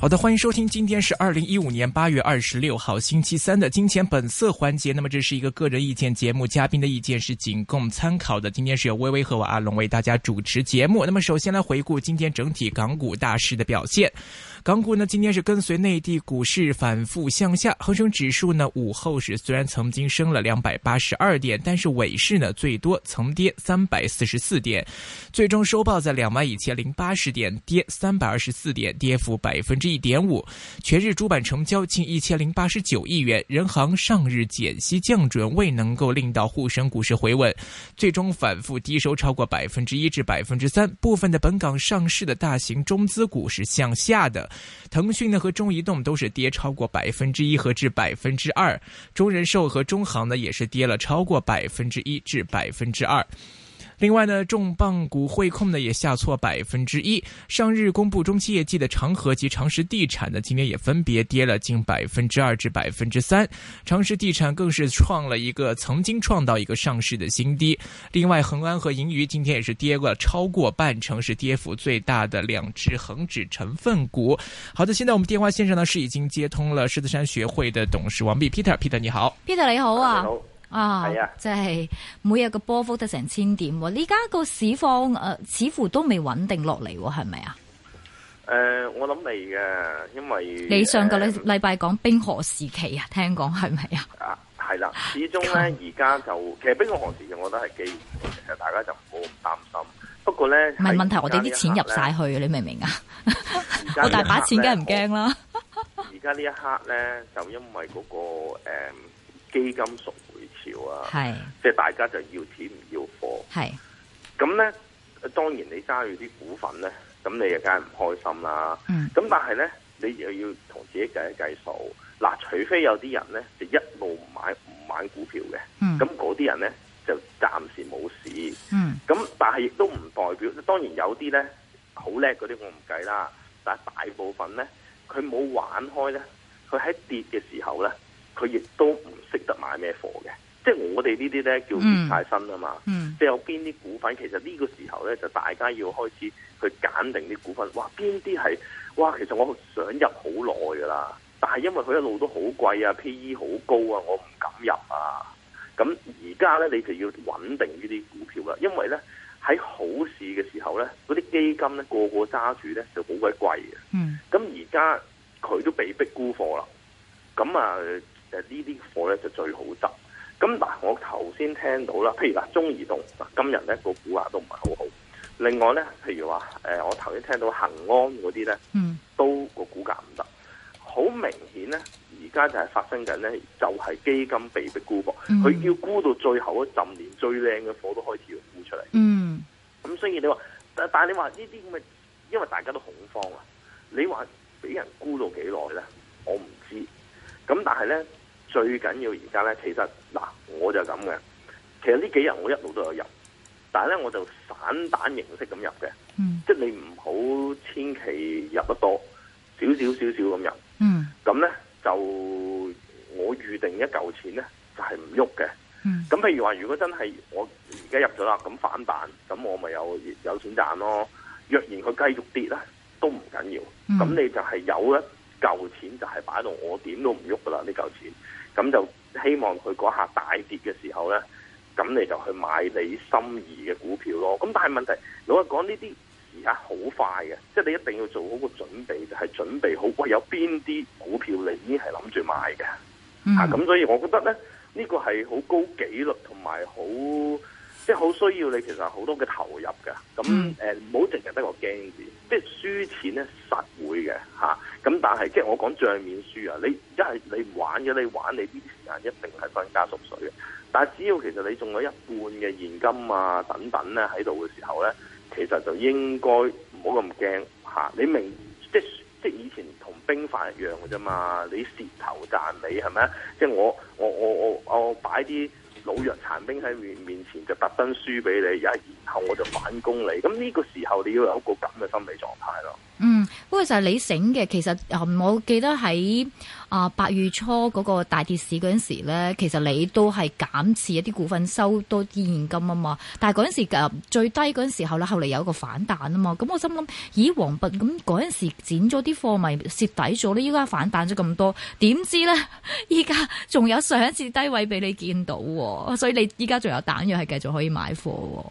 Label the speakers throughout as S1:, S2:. S1: 好的，欢迎收听，今天是二零一五年八月二十六号星期三的《金钱本色》环节。那么这是一个个人意见节目，嘉宾的意见是仅供参考的。今天是由微微和我阿龙为大家主持节目。那么首先来回顾今天整体港股大市的表现。港股呢，今天是跟随内地股市反复向下，恒生指数呢午后时虽然曾经升了两百八十二点，但是尾市呢最多曾跌三百四十四点，最终收报在两万一千零八十点，跌三百二十四点，跌幅百分之一点五。全日主板成交近一千零八十九亿元，人行上日减息降准未能够令到沪深股市回稳，最终反复低收超过百分之一至百分之三，部分的本港上市的大型中资股是向下的。腾讯呢和中移动都是跌超过百分之一和至百分之二，中人寿和中行呢也是跌了超过百分之一至百分之二。另外呢，重磅股汇控呢也下挫百分之一。上日公布中期业绩的长和及长实地产呢，今天也分别跌了近百分之二至百分之三。长实地产更是创了一个曾经创到一个上市的新低。另外，恒安和盈余今天也是跌了超过半成，是跌幅最大的两只恒指成分股。好的，现在我们电话线上呢是已经接通了狮子山学会的董事王弼 Peter，Peter Peter, 你好。
S2: Peter 你好啊，
S3: 好
S2: 啊，
S3: 係啊
S2: 即係每日嘅波幅得成千點喎，呢家個市況誒、呃似乎都未穩定落嚟喎，係咪啊？
S3: 誒、呃我諗嚟嘅，因為呃
S2: 你上個禮
S3: 誒
S2: 禮拜講冰河時期啊，聽講係咪啊？
S3: 啊 係啦，始終咧而家就其實冰河寒時期，我覺得係機會嘅，其實大家就唔好咁擔心。不過咧，
S2: 唔係
S3: 喺
S2: 問題，我哋啲錢入晒去，
S3: 而
S2: 你明唔明啊？
S3: 家呢
S2: 我大把錢，梗係唔
S3: 而
S2: 驚啦。
S3: 家呢一刻呢我而家呢一刻咧，就因為嗰、個、誒基金贖回潮啊，
S2: 係
S3: 即係大家就要錢唔要貨。
S2: 係
S3: 咁咧，當然你揸住啲股份咧，咁你又梗係唔開心啦。
S2: 嗯
S3: 咁但係咧，你又要同自己計一計數。嗱，除非有啲人咧就一路唔買唔玩股票嘅，
S2: 嗯
S3: 咁嗰啲人咧就暫時冇事。
S2: 嗯
S3: 咁但係亦都唔代表，當然有啲咧好叻嗰啲我唔計啦，但係大部分咧佢冇玩開咧，佢喺跌嘅時候咧，佢亦都唔識得買咩貨嘅。即係我哋呢啲咧叫
S2: 嗯
S3: 跌太深啊嘛。
S2: 嗯
S3: 即係有邊啲股份，其實呢個時候咧，就大家要開始去揀定啲股份。哇，邊啲係哇？其實我想入好耐㗎啦，但係因為佢一路都好貴啊，P E 好高啊，我唔敢入啊。咁而家咧，你就要穩定呢啲股票啦，因為咧喺好市嘅時候咧，嗰啲基金咧個個揸住咧就好鬼貴嘅。
S2: 嗯
S3: 咁而家佢都被逼沽貨啦，咁啊誒呢啲貨咧就最好執。咁嗱，我頭先聽到啦，譬如嗱中移動嗱今日咧個股價都唔係好好，另外咧譬如話誒、我頭先聽到恒安嗰啲咧
S2: 嗯
S3: 都個股價唔得，好明顯咧而家就係發生緊咧就係、基金被逼沽貨，
S2: 嗯
S3: 佢、要沽到最後一陣，連最靚嘅貨都開始要沽出嚟。
S2: 嗯
S3: 咁所以你話，但但係你話呢啲咁嘅，因為大家都恐慌啊，你話俾人沽到幾耐咧？我唔知。咁但係咧，最緊要而家咧，其實嗱，我就咁嘅。其實呢幾日我一路都有入，但係咧我就散彈形式咁入嘅，
S2: 嗯
S3: 即係你唔好千祈入得多，少少少少咁入。
S2: 嗯
S3: 咁咧就我預定一嚿錢咧就係唔喐嘅。
S2: 嗯
S3: 咁譬如話，如果真係我而家入咗啦，咁反彈，咁我咪有有錢賺咯。若然佢繼續跌咧，都唔緊
S2: 嗯
S3: 要。咁你就係有一嚿錢就係擺到我點都唔喐噶啦，呢嚿錢。咁就希望佢嗰下大跌嘅時候咧，咁你就去買你心儀嘅股票咯。咁但係問題，老實講呢啲而家好快嘅，即係你一定要做好個準備，就係、準備好，喂有邊啲股票你已經係諗住買嘅。
S2: 嗯
S3: 啊，咁所以我覺得咧，呢、個係好高紀律同埋好，即係好需要你其實好多嘅投入㗎。咁
S2: 嗯
S3: 誒，唔好淨係得個驚字，即係輸錢咧實會嘅嚇。咁、但係即係我講帳面輸啊，你一係你唔玩嘅，你玩你呢啲時間一定係分家熟水嘅。但係只要其實你仲有一半嘅現金啊等等咧喺度嘅時候咧，其實就應該唔好咁驚嚇。你明即係即係以前同兵法一樣嘅啫嘛，你蝕頭賺尾係咪啊？即係我我我我我擺啲老弱殘兵喺面面前就特登輸俾你，而家然後我就反攻你。咁呢個時候你要有一個咁嘅心理狀態咯。
S2: 嗯，不過就係你醒嘅，其實嗯我記得喺啊八月初嗰個大跌市嗰陣時咧，其實你都係減持一啲股份收多啲現金啊嘛。但係嗰陣時誒最低嗰陣時候咧，後嚟有一個反彈啊嘛。咁我心諗，咦黃笨咁嗰陣時剪咗啲貨咪蝕底咗呢？依家反彈咗咁多，點知咧 依家仲有上一次低位俾你見到喎，所以你依家仲有彈藥係繼續可以買貨喎。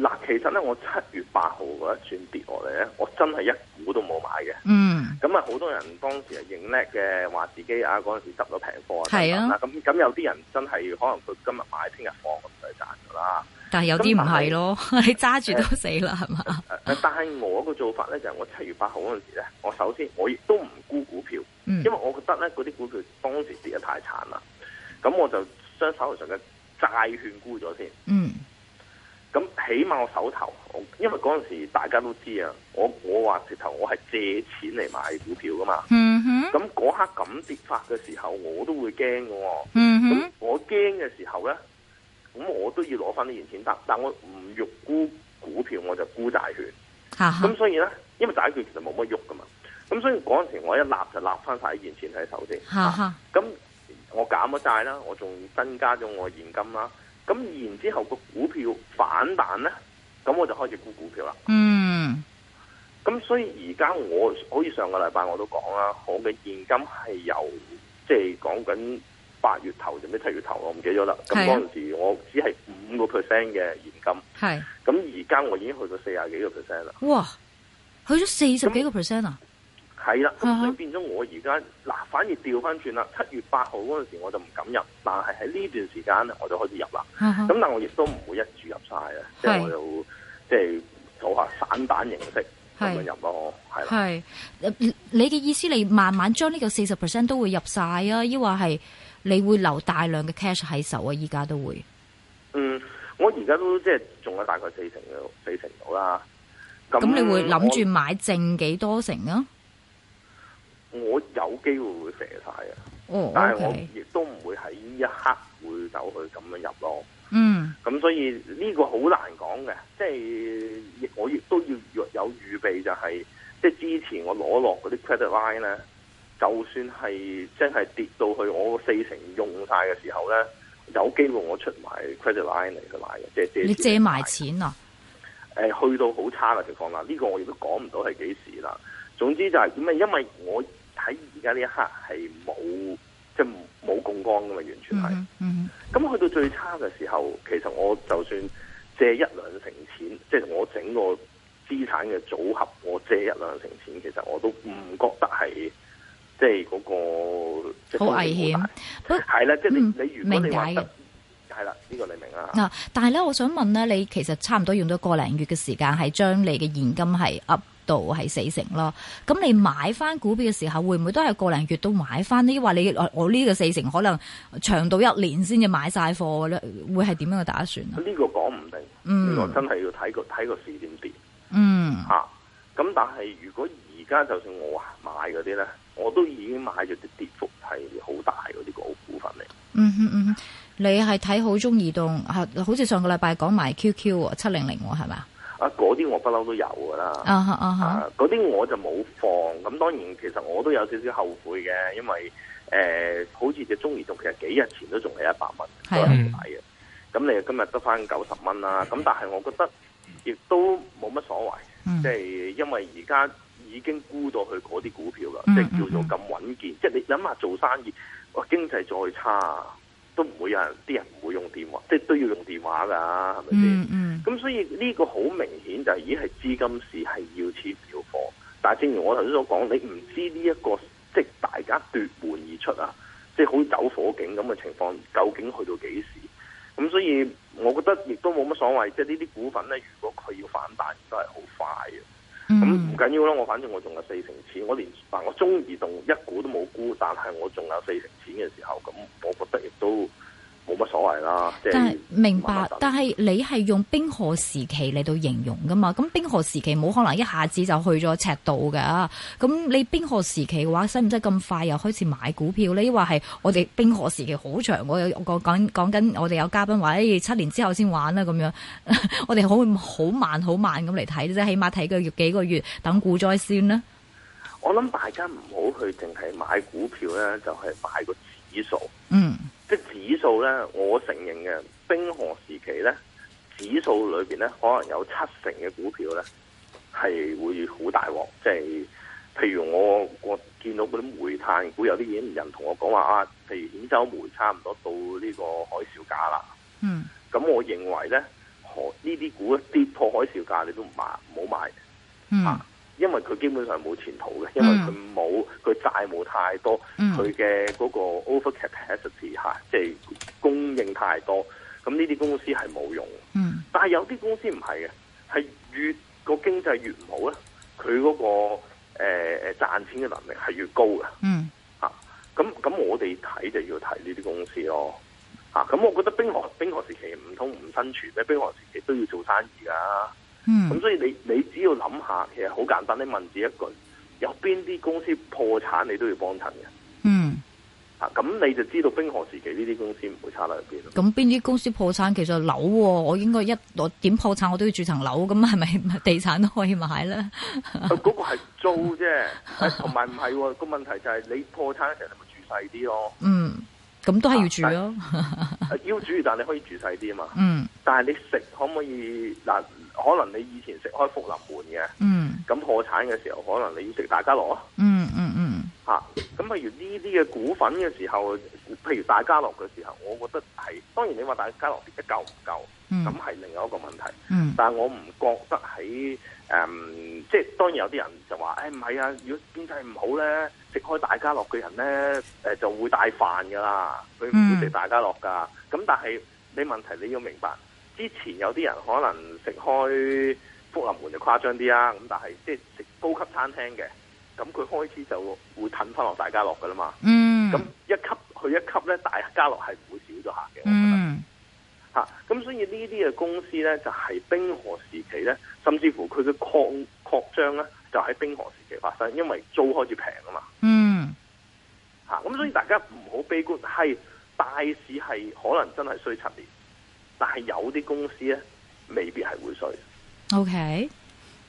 S3: 嗱，其實咧，我七月八號嗰一轉跌落嚟咧，我真係一股都冇買嘅。
S2: 嗯
S3: 咁啊，好多人當時係認叻嘅，話自己啊嗰陣時執咗平貨啊，
S2: 係啊
S3: 等等啦咁咁有啲人真係可能佢今日買，聽日放咁就賺㗎啦。
S2: 但係有啲唔係咯， 你揸住都死啦，係嘛？
S3: 誒但係我個做法咧就係、我七月八號嗰陣時咧，我首先我亦都唔沽股票，
S2: 嗯
S3: 因為我覺得咧嗰啲股票當時跌得太慘啦，咁我就將手頭上嘅債券沽咗先。
S2: 嗯
S3: 咁起碼我手頭，我因為嗰陣時大家都知啊，我我話直頭我係借錢嚟買股票噶嘛，
S2: 嗯哼
S3: 咁嗰刻咁跌法嘅時候，我都會驚嘅喎。
S2: 嗯
S3: 咁
S2: 哼
S3: 我驚嘅時候咧，咁我都要攞翻呢件錢，但但我唔欲沽股票，我就沽債券。
S2: 吓吓
S3: 咁所以咧，因為債券其實冇乜喐噶嘛，咁所以嗰陣時我一立就立翻晒呢件錢喺手先。
S2: 吓吓
S3: 咁我減咗債啦，我仲增加咗我現金啦。咁然之後個股票反彈咧，咁我就開始沽股票啦。
S2: 嗯
S3: 咁所以而家我好似上個禮拜我都講啦，我嘅現金係由即係講緊八月頭定咩七月頭，我唔記得咗啦。咁
S2: 係啊
S3: 嗰陣時我只係五個 percent 嘅現金，咁
S2: 係
S3: 而家我已經去到四廿幾個 percent 啦。
S2: 哇，去咗四十幾個 percent 啊！
S3: 係啦，
S2: 啊
S3: 咁
S2: 哈
S3: 所以變咗我而家嗱，反而調翻轉啦。七月八號嗰陣時我就唔敢入，但係喺呢段時間咧我就開始入啦。
S2: 哈哈
S3: 咁但我亦都唔會一注入晒嘅，即
S2: 嗯係
S3: 係我就即係做下散彈形式咁
S2: 係
S3: 樣入咯，係啦。
S2: 係呃你嘅意思，你慢慢將呢個四十 percent 都會入晒啊，抑或係你會留大量嘅 cash 喺手啊？依家都會
S3: 嗯，我而家都即係仲有大概四成嘅四成到啦。咁
S2: 咁，你會諗住
S3: 我
S2: 買剩幾多成啊？
S3: 我有機會會射晒嘅，
S2: 哦
S3: 但係我
S2: ，OK，
S3: 亦都唔會喺呢一刻會走去咁樣入咯。
S2: 嗯
S3: 咁所以呢個好難講嘅，即係亦我亦都要有有預備、就係即係之前我攞落嗰啲 credit line 咧，就算係真係跌到去我四成用晒嘅時候咧，有機會我出埋 credit line 嚟去買嘅，即係借
S2: 你
S3: 錢
S2: 借
S3: 嚟買
S2: 埋錢啊？
S3: 誒、去到好差嘅情況啦，呢、個我亦都講唔到係幾時啦。總之就係點啊，因為我喺而家呢一刻係冇即係冇槓桿噶嘛，完全
S2: 嗯
S3: 係。
S2: 哼嗯
S3: 咁去到最差嘅時候，其實我就算借一兩成錢，即係我整個資產嘅組合，我借一兩成錢，其實我都唔覺得係即係嗰、個即係
S2: 好危險
S3: 風險好
S2: 不
S3: 大係啦，即係你、
S2: 嗯
S3: 你如果你話
S2: 明解嘅
S3: 得係啦，呢、個你明啊啦。
S2: 嗱、但係咧，我想問咧，你其實差唔多用咗個零月嘅時間，係將你嘅現金係 up 到係四成啦。咁你買翻股票嘅時候，會唔會都係個零月都買翻呢？抑或你我我呢個四成可能長到一年先至買晒貨嘅咧，會係點樣嘅打算啊？
S3: 呢個講唔定，呢、
S2: 嗯
S3: 個真係要睇個睇個市點跌
S2: 嗯
S3: 嚇。啊咁、但係如果而家就算我買嗰啲咧，我都已經買咗啲跌幅係好大嗰啲股股份嚟。
S2: 嗯哼嗯哼，你係睇好中移動啊？好似上個禮拜講埋 QQ 喎，七零零喎，係咪啊？
S3: 啊，嗰啲我不嬲都有㗎啦。
S2: 啊哈啊哈，
S3: 啊，嗰啲我就冇放。咁當然其實我都有少少後悔嘅，因為誒、呃好似隻中移動其實幾日前都仲係一百蚊，
S2: 係嗯啊
S3: 都係好抵嘅。咁你今日得翻九十蚊啦。咁但係我覺得亦都冇乜所謂。
S2: 嗯
S3: 即係因為而家已經沽到去嗰啲股票啦，
S2: 嗯
S3: 即係叫做咁穩健。即係你諗下做生意，哇經濟再差都唔會有人，啲人唔會用電話，即係都要用電話㗎，係咪先？
S2: 嗯嗯
S3: 咁所以呢個好明顯就係已經係資金市係要錢唔要貨。但係正如我頭先所講，你唔知呢、一個即係大家奪門而出啊，即係好似走火警咁嘅情況，究竟去到幾時？咁所以我覺得亦都冇乜所謂，即係呢啲股份咧，如果佢要反彈都係好快嘅。咁唔
S2: 嗯
S3: 緊要啦，我反正我仲有四成錢，我連嗱我中移動一股都冇沽，但係我仲有四成錢嘅時候，咁我覺得亦都冇乜所謂啦。即
S2: 但
S3: 係
S2: 係明
S3: 慢慢
S2: 白
S3: 等，
S2: 但係你係用冰河時期嚟到形容噶嘛？咁冰河時期冇可能一下子就去咗赤道㗎。咁你冰河時期嘅話，使唔使咁快又開始買股票呢？抑或係我哋冰河時期好長喎，我有講講講緊我哋有嘉賓話，誒七年之後先玩啦咁樣。 我哋好好慢好慢咁嚟睇啫，起碼睇個月幾個月等股災先啦。
S3: 我諗大家唔好去淨係買股票咧，就係、買個指數。
S2: 嗯
S3: 即係指數咧，我承認嘅冰河時期咧，指數裏邊咧可能有七成嘅股票咧係會好大鑊，即係譬如我我見到嗰啲煤炭股有啲已經人同我講話啊，譬如顯州煤差唔多到呢個海嘯價啦，
S2: 嗯
S3: 咁我認為咧，海呢啲股跌破海嘯價你都唔買，唔好買。
S2: 嗯
S3: 啊因為佢基本上冇前途嘅，因為佢冇佢債務太多，
S2: 嗯
S3: 佢嘅嗰個 over capacity 嚇、即係供應太多，咁呢啲公司係冇用。
S2: 嗯
S3: 但係有啲公司唔係嘅，係越個經濟越唔好咧，佢嗰、個誒誒、呃、賺錢嘅能力係越高嘅。
S2: 嗯
S3: 咁咁我哋睇就要睇呢啲公司咯。嚇、咁我覺得冰河冰河時期唔通唔生存咩？冰河時期都要做生意㗎、咁
S2: 嗯
S3: 所以你你只要諗下，其實好簡單，你問自己一句，有邊啲公司破產你都要幫襯嘅，
S2: 嗯，
S3: 啊，咁你就知道冰河時期呢啲公司唔會差得 去邊咯。
S2: 咁邊啲公司破產？其實樓喎，我應該一我點破產我都要住層樓，咁係咪地產都可以買咧？
S3: 啊嗰、個係租啫，啊同埋唔係喎，個問題就係你破產嘅時候你咪住細啲咯，
S2: 嗯，咁都係要住咯。
S3: 啊要煮但你可以住細啲啊嘛，
S2: 嗯
S3: 但係你食可唔可以嗱？可能你以前食開福臨門嘅，
S2: 嗯
S3: 咁破產嘅時候可能你要食大家樂啊。
S2: 嗯嗯嗯
S3: 嚇、咁譬如呢啲嘅股份嘅時候，譬如大家樂嘅時候，我覺得係當然你話大家樂跌得夠唔夠，
S2: 嗯
S3: 咁係另外一個問題。
S2: 嗯
S3: 但係我唔覺得喺誒、嗯即係當然有啲人就話，誒唔係啊，如果經濟唔好咧，食開大家樂嘅人咧，誒、就會大飯㗎啦，佢唔會食大家樂㗎。咁但係你問題你要明白，之前有啲人可能食開福臨門就誇張啲啊，咁但係即係食高級餐廳嘅，咁佢開始就會褪翻落大家樂㗎啦嘛。
S2: 嗯
S3: 咁、一級去一級咧，大家樂係唔會少咗客嘅。我覺得
S2: 嗯
S3: 嚇，啊咁所以呢啲嘅公司咧，就係、冰河時期咧，甚至乎佢嘅擴擴張咧，就喺冰河時期發生，因為租開始平啊嘛，
S2: 嗯
S3: 嚇，咁所以大家唔好悲觀，係大市係可能真係衰七年，但係有啲公司咧，未必係會衰。
S2: ，OK。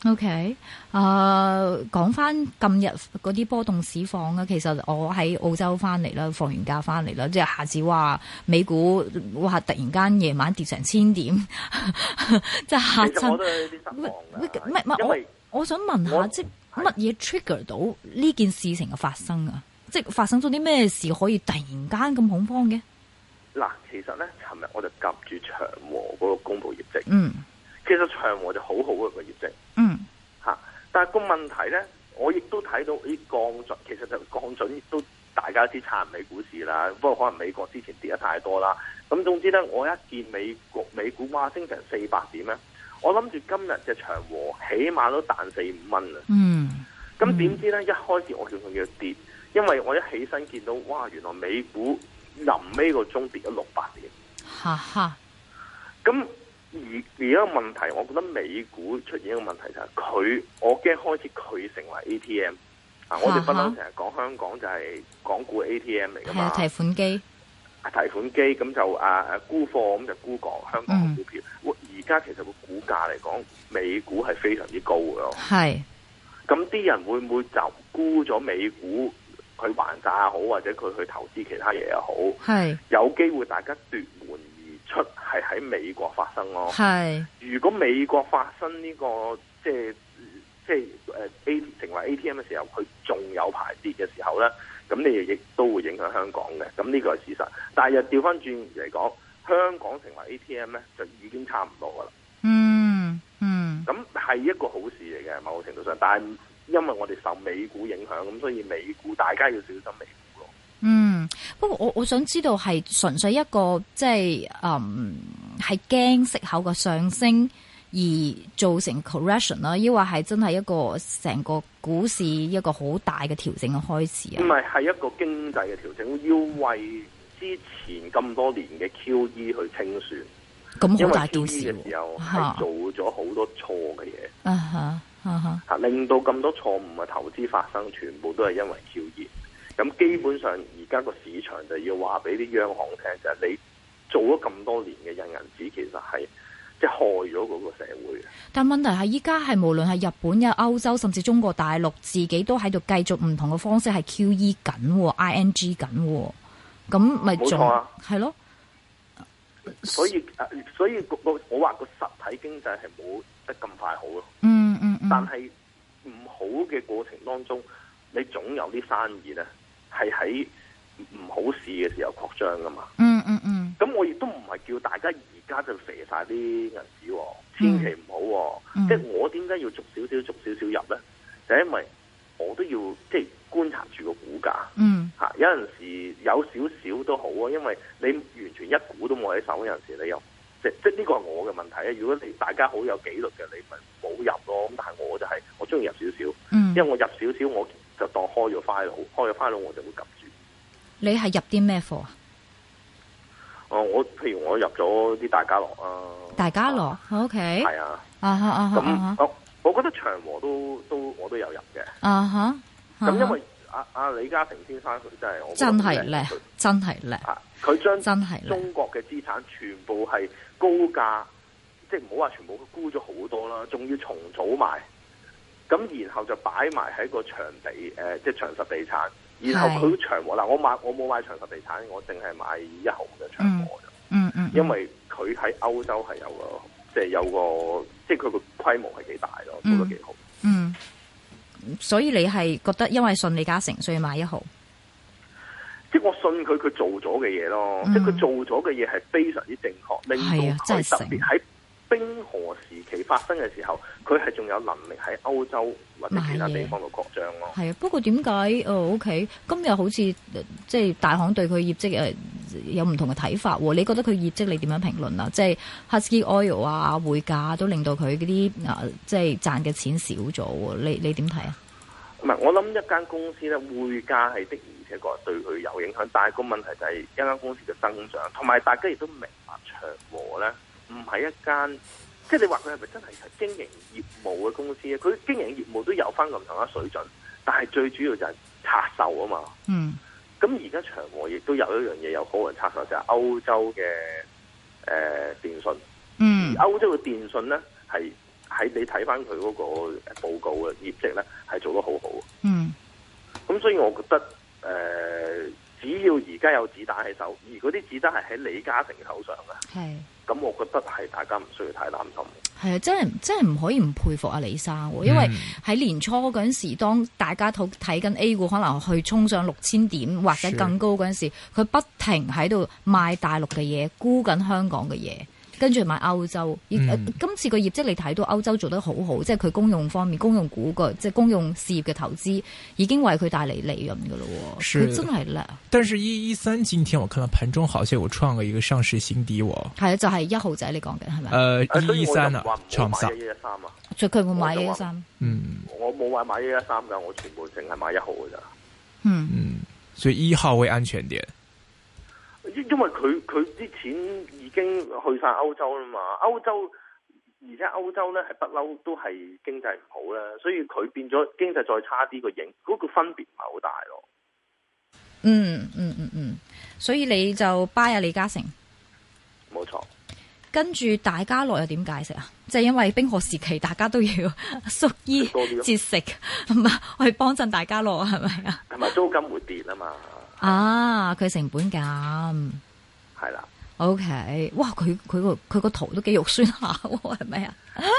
S2: OK，誒、講翻近日嗰啲波動市況啊，其實我喺澳洲翻嚟啦，放完假翻嚟啦，即係下次話美股哇，突然間夜晚跌成千點，即係嚇
S3: 其實我
S2: 親。
S3: 都有啲失望
S2: 喂喂唔係唔
S3: 㗎，
S2: 係
S3: 因為
S2: 我想問下，
S3: 我
S2: 即係
S3: 係
S2: 乜嘢 trigger 到呢件事情嘅發生啊？即係發生咗啲咩事可以突然間咁恐慌嘅？
S3: 嗱，其實咧，尋日我就夾住長和嗰個公佈業績，
S2: 嗯
S3: 其實長和就好好嘅個業績。
S2: 嗯
S3: 嚇、但係個問題咧，我亦都睇到啲降準，其實就降準亦都大家知撐美股市啦。不過可能美國之前跌得太多啦。咁總之咧，我一見美國美股哇升成四百點咧，我諗住今日嘅長和起碼都彈四五蚊啊。
S2: 嗯
S3: 咁點知咧，一開始我叫佢叫跌，因為我一起身見到哇，原來美股臨尾個鐘跌咗六百點。
S2: 哈哈，
S3: 咁而而家個問題，我覺得美股出現一個問題就係佢，我驚開始佢成為 ATM 啊！我哋不嬲成日講香港就係港股 ATM 嚟噶
S2: 係啊
S3: 嘛，，啊
S2: 提款機，
S3: 提款機咁就啊啊沽貨咁就沽港香港
S2: 嗯
S3: 嘅股票。哇而家其實個股價嚟講，美股係非常之高嘅咯。
S2: 係
S3: 咁啲人會唔會就沽咗美股去還債又好，或者佢去投資其他嘢又好？
S2: 係
S3: 有機會大家奪門而出，係喺美國發生
S2: 哦
S3: 咯。
S2: 係，
S3: 如果美國發生呢、個即係即係誒 A 成為 ATM 嘅時候，佢仲有排跌嘅時候咧，咁你亦都會影響香港嘅，咁呢個係事實。但係又調翻轉嚟講，香港成為 ATM 咧就已經差唔多噶啦，
S2: 嗯嗯
S3: 咁係一個好事嚟嘅，某個程度上。但係因為我哋受美股影響，咁所以美股大家要小心美股咯。
S2: 嗯。不過我我想知道係純粹一個即係嗯係驚息口嘅上升而造成 correction 啦，抑或係真係一個成個股市一個好大嘅調整嘅開始啊
S3: 唔？係係一個經濟嘅調整，要為之前咁多年嘅 QE 去清算，
S2: 咁
S3: 因
S2: 好
S3: 為
S2: 大件
S3: QE
S2: 事
S3: 嘅時候
S2: 喎，
S3: 係
S2: 嚇
S3: 做咗好多錯嘅嘢，
S2: 啊哈啊哈，
S3: 嚇令到咁多錯誤嘅投資發生，全部都係因為 QE。咁基本上而家個市場就要話俾啲央行聽，就係、你做咗咁多年嘅印銀紙，其實係即係害咗嗰個社會嘅。
S2: 但問題係依家係無論係日本呀、歐洲，甚至中國大陸自己都喺度繼續唔同嘅方式係 QE 緊喎、ING 緊喎，咁咪
S3: 冇
S2: 仲
S3: 錯啊
S2: 係咯？
S3: 所以啊
S2: 嗯
S3: 所以個個我話個實體經濟係冇得咁快好咯，
S2: 嗯嗯
S3: 但
S2: 嗯，
S3: 係唔好嘅過程當中，你總有啲生意咧係喺唔好市嘅時候擴張噶嘛。
S2: 嗯嗯嗯，
S3: 咁我亦都唔係叫大家而家就肥晒啲銀紙喎，千祈唔好喎。
S2: 嗯
S3: 即係我點解要逐少少逐少少入咧？就係因為我都要即係觀察住個股價。
S2: 嗯
S3: 嚇，有陣時有少少都好啊，因為你完全一股都冇喺手，有陣時你又即即呢個係我嘅問題啊。如果你大家好有紀律嘅，你咪冇入咯。咁但係我就係、我中意入少少，
S2: 嗯
S3: 因為，我入少少我就當開咗 file，開咗 file 我就會及住。
S2: 你係入啲咩貨啊？
S3: 哦、我譬如我入咗啲大家樂啊，
S2: 大家樂，OK，
S3: 係啊，
S2: 啊哈啊哈
S3: 咁、
S2: 啊哈
S3: 我我覺得長和都都我都有入嘅。
S2: 啊哈，
S3: 咁、
S2: 啊
S3: 因
S2: 哈
S3: 為阿阿、李嘉誠先生佢真係我覺得
S2: 真係
S3: 佢
S2: 叻，真係叻，
S3: 啊！佢將
S2: 真係叻
S3: 中國嘅資產全部係高價，即係唔好話全部佢沽咗好多啦，仲要重組埋，咁然後就擺埋喺個長地誒、呃即係長實地產。然後佢長和嗱，我買我冇買長實地產，我淨係買一號嘅長和啫，
S2: 嗯嗯，嗯
S3: 因為佢喺歐洲係有個即係有個即係佢個規模係幾大咯，做得幾好。
S2: 嗯，所以你係覺得因為信李嘉誠，所以買一號，
S3: 即係我信佢佢做咗嘅嘢咯，
S2: 嗯
S3: 即係佢做咗嘅嘢係非常之正確，
S2: 係
S3: 令
S2: 啊
S3: 到
S2: 真係
S3: 佢特
S2: 醒
S3: 別喺冰河時期發生嘅時候，佢係仲有能力喺歐洲或者其他地方度擴張咯。
S2: 係啊。不過點解？哦，OK，今日好似呃即係大行對佢業績誒有唔同嘅睇法喎。你覺得佢業績你點樣評論啊？即係 Husky Oil 啊，匯價都令到佢嗰啲啊，即係賺嘅錢少咗喎。你你點睇啊？
S3: 唔係，我諗一間公司咧，匯價係的而且確對佢有影響，但係個問題就係一間公司嘅增長，同埋大家亦都明白長和咧唔係一間，即係你話佢係咪真係經營業務嘅公司咧？佢經營業務都有翻咁上下水準，但係最主要就係拆售啊嘛。
S2: 嗯
S3: 咁而家長和亦都有一樣嘢有可能拆手，就係、歐洲嘅誒、呃、電信。
S2: 嗯
S3: 歐洲嘅電信咧係喺你睇翻佢嗰個呃報告嘅業績咧係做得好好。
S2: 嗯
S3: 咁所以我覺得誒、呃只要而家有子彈喺手，而嗰啲子彈係喺李嘉誠手上嘅，
S2: 係。
S3: 咁我覺得係大家唔需要太擔心。
S2: 係啊，真係真係唔可以唔佩服阿啊李生喎，因
S1: 嗯
S2: 為喺年初嗰陣時，當大家睇睇緊 A 股可能去衝上六千點或者更高嗰陣時，佢不停喺度賣大陸嘅嘢，沽緊香港嘅嘢，跟住賣歐洲。而
S1: 嗯
S2: 呃今次個業績你睇到歐洲做得好好，即係佢公用方面、公用股個即係公用事業嘅投資已經為佢帶嚟利潤㗎咯喎，
S1: 是
S2: 佢真係叻啊！
S1: 但是，一一三今天我看到盘中好像有创了一个上市新低哦。
S2: 係啊，就係一號仔你講緊係咪？
S1: 呃，
S3: 啊所
S1: 一
S3: 以
S1: 一
S3: 我就
S1: 三啊
S3: 話唔，好
S1: 创
S3: 買
S1: 上
S3: 一，一三啊，
S2: 所以佢會買
S3: 我就
S2: 一
S3: 話
S2: 三，
S1: 嗯
S3: 我冇話買一一三㗎，我全部淨係買一號㗎咋。
S2: 嗯。
S1: 嗯，所以一號會安全點。
S3: 因因為佢佢啲錢已經去晒歐洲啦嘛，歐洲而且歐洲咧係不嬲都係經濟唔好啦，所以佢變咗經濟再差啲個影，嗰、個分別唔係好大咯。
S2: 嗯嗯嗯嗯，所以你就巴啊李嘉誠，
S3: 冇錯，
S2: 跟住大家樂又點解釋啊？即係因為冰河時期，大家都要縮衣
S3: 食多啲咯
S2: 節食，咁啊，去幫襯大家樂係咪啊？
S3: 同埋租金會跌啊嘛，
S2: 啊，佢成本減
S3: 係啦，
S2: ，OK，哇，佢佢個佢個圖都幾肉酸下喎，係咪啊？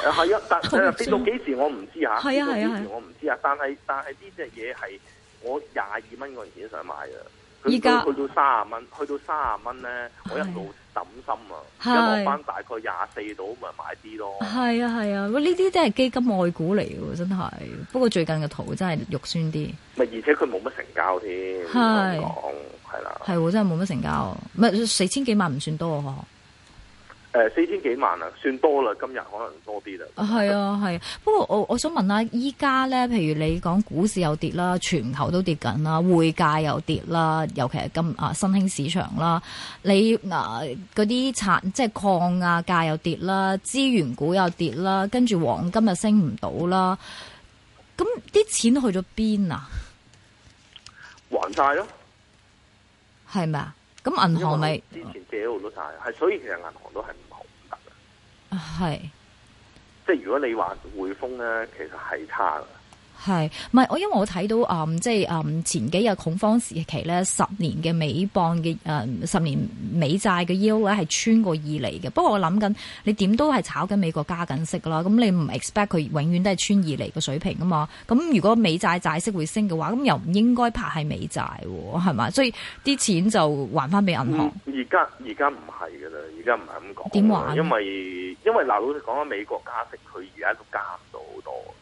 S3: 誒係啊， 但
S2: 好唔
S3: 誒跌到幾時我唔知嚇，
S2: 係啊係啊係啊
S3: 跌到幾時我唔知啊，但係但係呢隻嘢係我廿二蚊嗰陣時想買嘅。佢
S2: 依家
S3: 去到三十蚊，去到三十蚊咧，我一路抌心啊，一
S2: 係
S3: 落翻大概廿四度咪買啲咯。
S2: 係啊係啊，喂，呢啲都係基金外股嚟嘅喎，真係。不過最近嘅圖真係肉酸啲。
S3: 咪而且佢冇乜成交添，
S2: 係
S3: 香港係啦，
S2: 係喎，真係冇乜成交，唔係四千幾萬唔算多喎。
S3: 誒四千幾萬啊，算多啦，今日可能多啲啦。
S2: 係啊，係啊。不過我我想問下，依家咧，譬如你講股市又跌啦，全球都跌緊啦，匯價又跌啦，尤其係今啊新興市場啦，你啊嗰啲產即係礦啊價又跌啦，資源股又跌啦，跟住黃金又升唔到啦。咁啲錢去咗邊啊？
S3: 還晒咯，
S2: 係咪啊？咁銀行咪
S3: 因為之前借好多債，係所以其實銀行都係唔好唔得嘅。
S2: 係？
S3: 即係如果你話匯豐咧，其實係差嘅。
S2: 係，唔係我因為我睇到啊、嗯即係啊、嗯前幾日恐慌時期咧，十年嘅美鎊嘅誒、嗯十年美債嘅 yield 咧係穿過二厘嘅。不過我諗緊，你點都係炒緊美國加緊息啦，咁你唔 expect 佢永遠都係穿二厘嘅水平啊嘛。咁如果美債債息會升嘅話，咁又唔應該拍係美債喎，係嘛？所以啲錢就還翻俾銀行。
S3: 嗯而家而家唔係㗎啦，而家唔係咁講。
S2: 點玩
S3: 因為因為嗱，老實講啊，美國加息佢而家都加唔到好多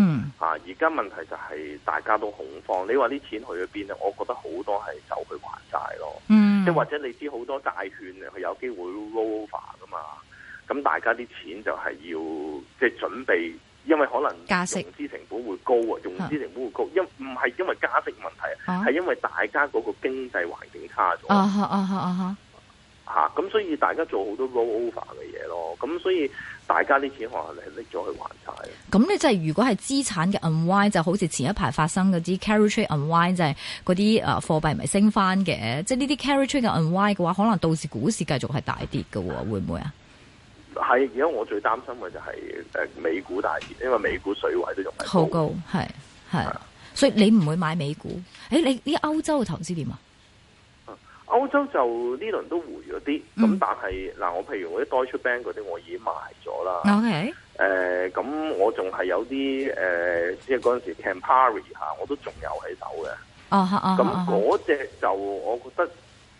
S2: 嗯，
S3: 嚇。而家問題就係大家都恐慌，你話啲錢去咗邊咧？我覺得好多係走去還債咯。
S2: 嗯，
S3: 即係或者你知好多債券佢有機會 roll over 噶嘛，咁大家啲錢就係要即係準備，因為可能
S2: 加息
S3: 融資成本會高啊，融資成本會高，因唔係因為加息問題，
S2: 啊
S3: 係因為大家嗰個經濟環境差咗
S2: 啊哈啊哈啊哈，
S3: 嚇，啊咁所以大家做好多 roll over 嘅嘢咯，咁所以大家啲錢可能係拎咗去還債。
S2: 咁你就係如果係資產嘅 unwind，就好似前一排發生嗰啲 carry trade unwind，就係嗰啲誒貨幣咪升翻嘅，即係呢啲 carry trade 嘅 unwind 嘅話，可能導致股市繼續係大跌嘅喎，會唔會啊？
S3: 係而家我最擔心嘅就係誒美股大跌，因為美股水位都仲係
S2: 好高，係係，所以你唔會買美股？誒，你啲歐洲嘅投資點啊？
S3: 歐洲就呢輪都回咗啲，咁、
S2: 嗯
S3: 但係嗱，我譬如我啲 Deutsche Bank 嗰啲，我已經賣咗啦。
S2: OK，
S3: 誒、咁、我仲係有啲誒、呃即係嗰陣時 Campari 嚇，我都仲有喺手嘅。
S2: 啊哈啊哈啊
S3: 咁
S2: 哈
S3: 嗰只就我覺得，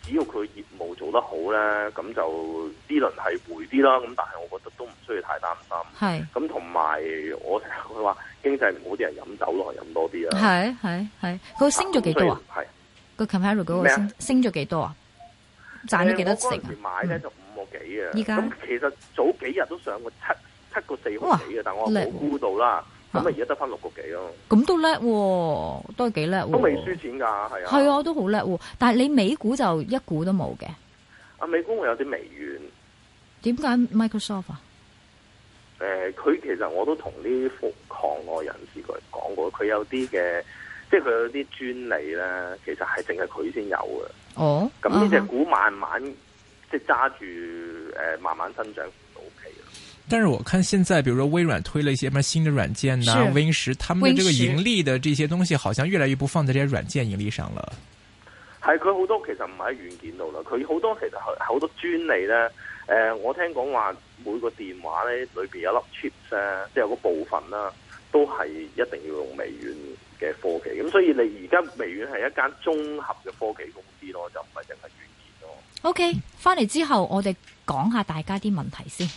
S3: 只要佢業務做得好咧，咁就呢輪係回啲啦。咁但係我覺得都唔需要太擔心。
S2: 係
S3: 咁同埋我成日會話經濟唔好啲人飲酒咯，飲多啲啊啦。
S2: 係係係，佢升咗幾多啊？？
S3: 係。
S2: 個 compare 嗰個
S3: 咩啊
S2: 升升咗幾多啊？賺咗幾多成
S3: 我嗰陣
S2: 啊
S3: 時？買咧就五個幾嘅，
S2: 依家
S3: 咁其實早幾日都上過七七個四毫幾嘅，啊但我
S2: 叻喎
S3: 冇估到啦。咁啊，
S2: 啊
S3: 而家得翻六個幾咯，
S2: 咁都叻喎，都係幾叻喎。
S3: 都未輸錢㗎，係啊。
S2: 係啊，都好叻喎。但係你美股就一股都冇嘅，
S3: 啊美股我有啲微軟，
S2: 點解 Microsoft 啊？
S3: 誒呃佢其實我都同啲行內人士佢講過，佢有啲嘅，即係佢有啲專利咧，其實係淨係佢先有嘅。
S2: 哦，
S3: 咁呢只
S2: 啊哈
S3: 股慢慢即係揸住誒慢慢增長都 OK 嘅。
S1: 但是我看现在，比如说微软推了一些什么新的软件呐、
S2: 是
S1: Win 十，他们的这个
S2: Win10
S1: 盈利的这些东西，好像越来越不放在这些软件盈利上了。
S3: 係佢好多其實唔係喺軟件度啦，佢好多其實係好多專利咧。誒、我聽講話每個電話咧裏邊有粒 chips 咧，即係有個部分啦，都係一定要用微軟嘅科技。咁所以你而家微軟係一間綜合嘅科技公司咯，就唔係淨係軟件咯。
S2: OK，翻嚟之後我哋講下大家啲問題先。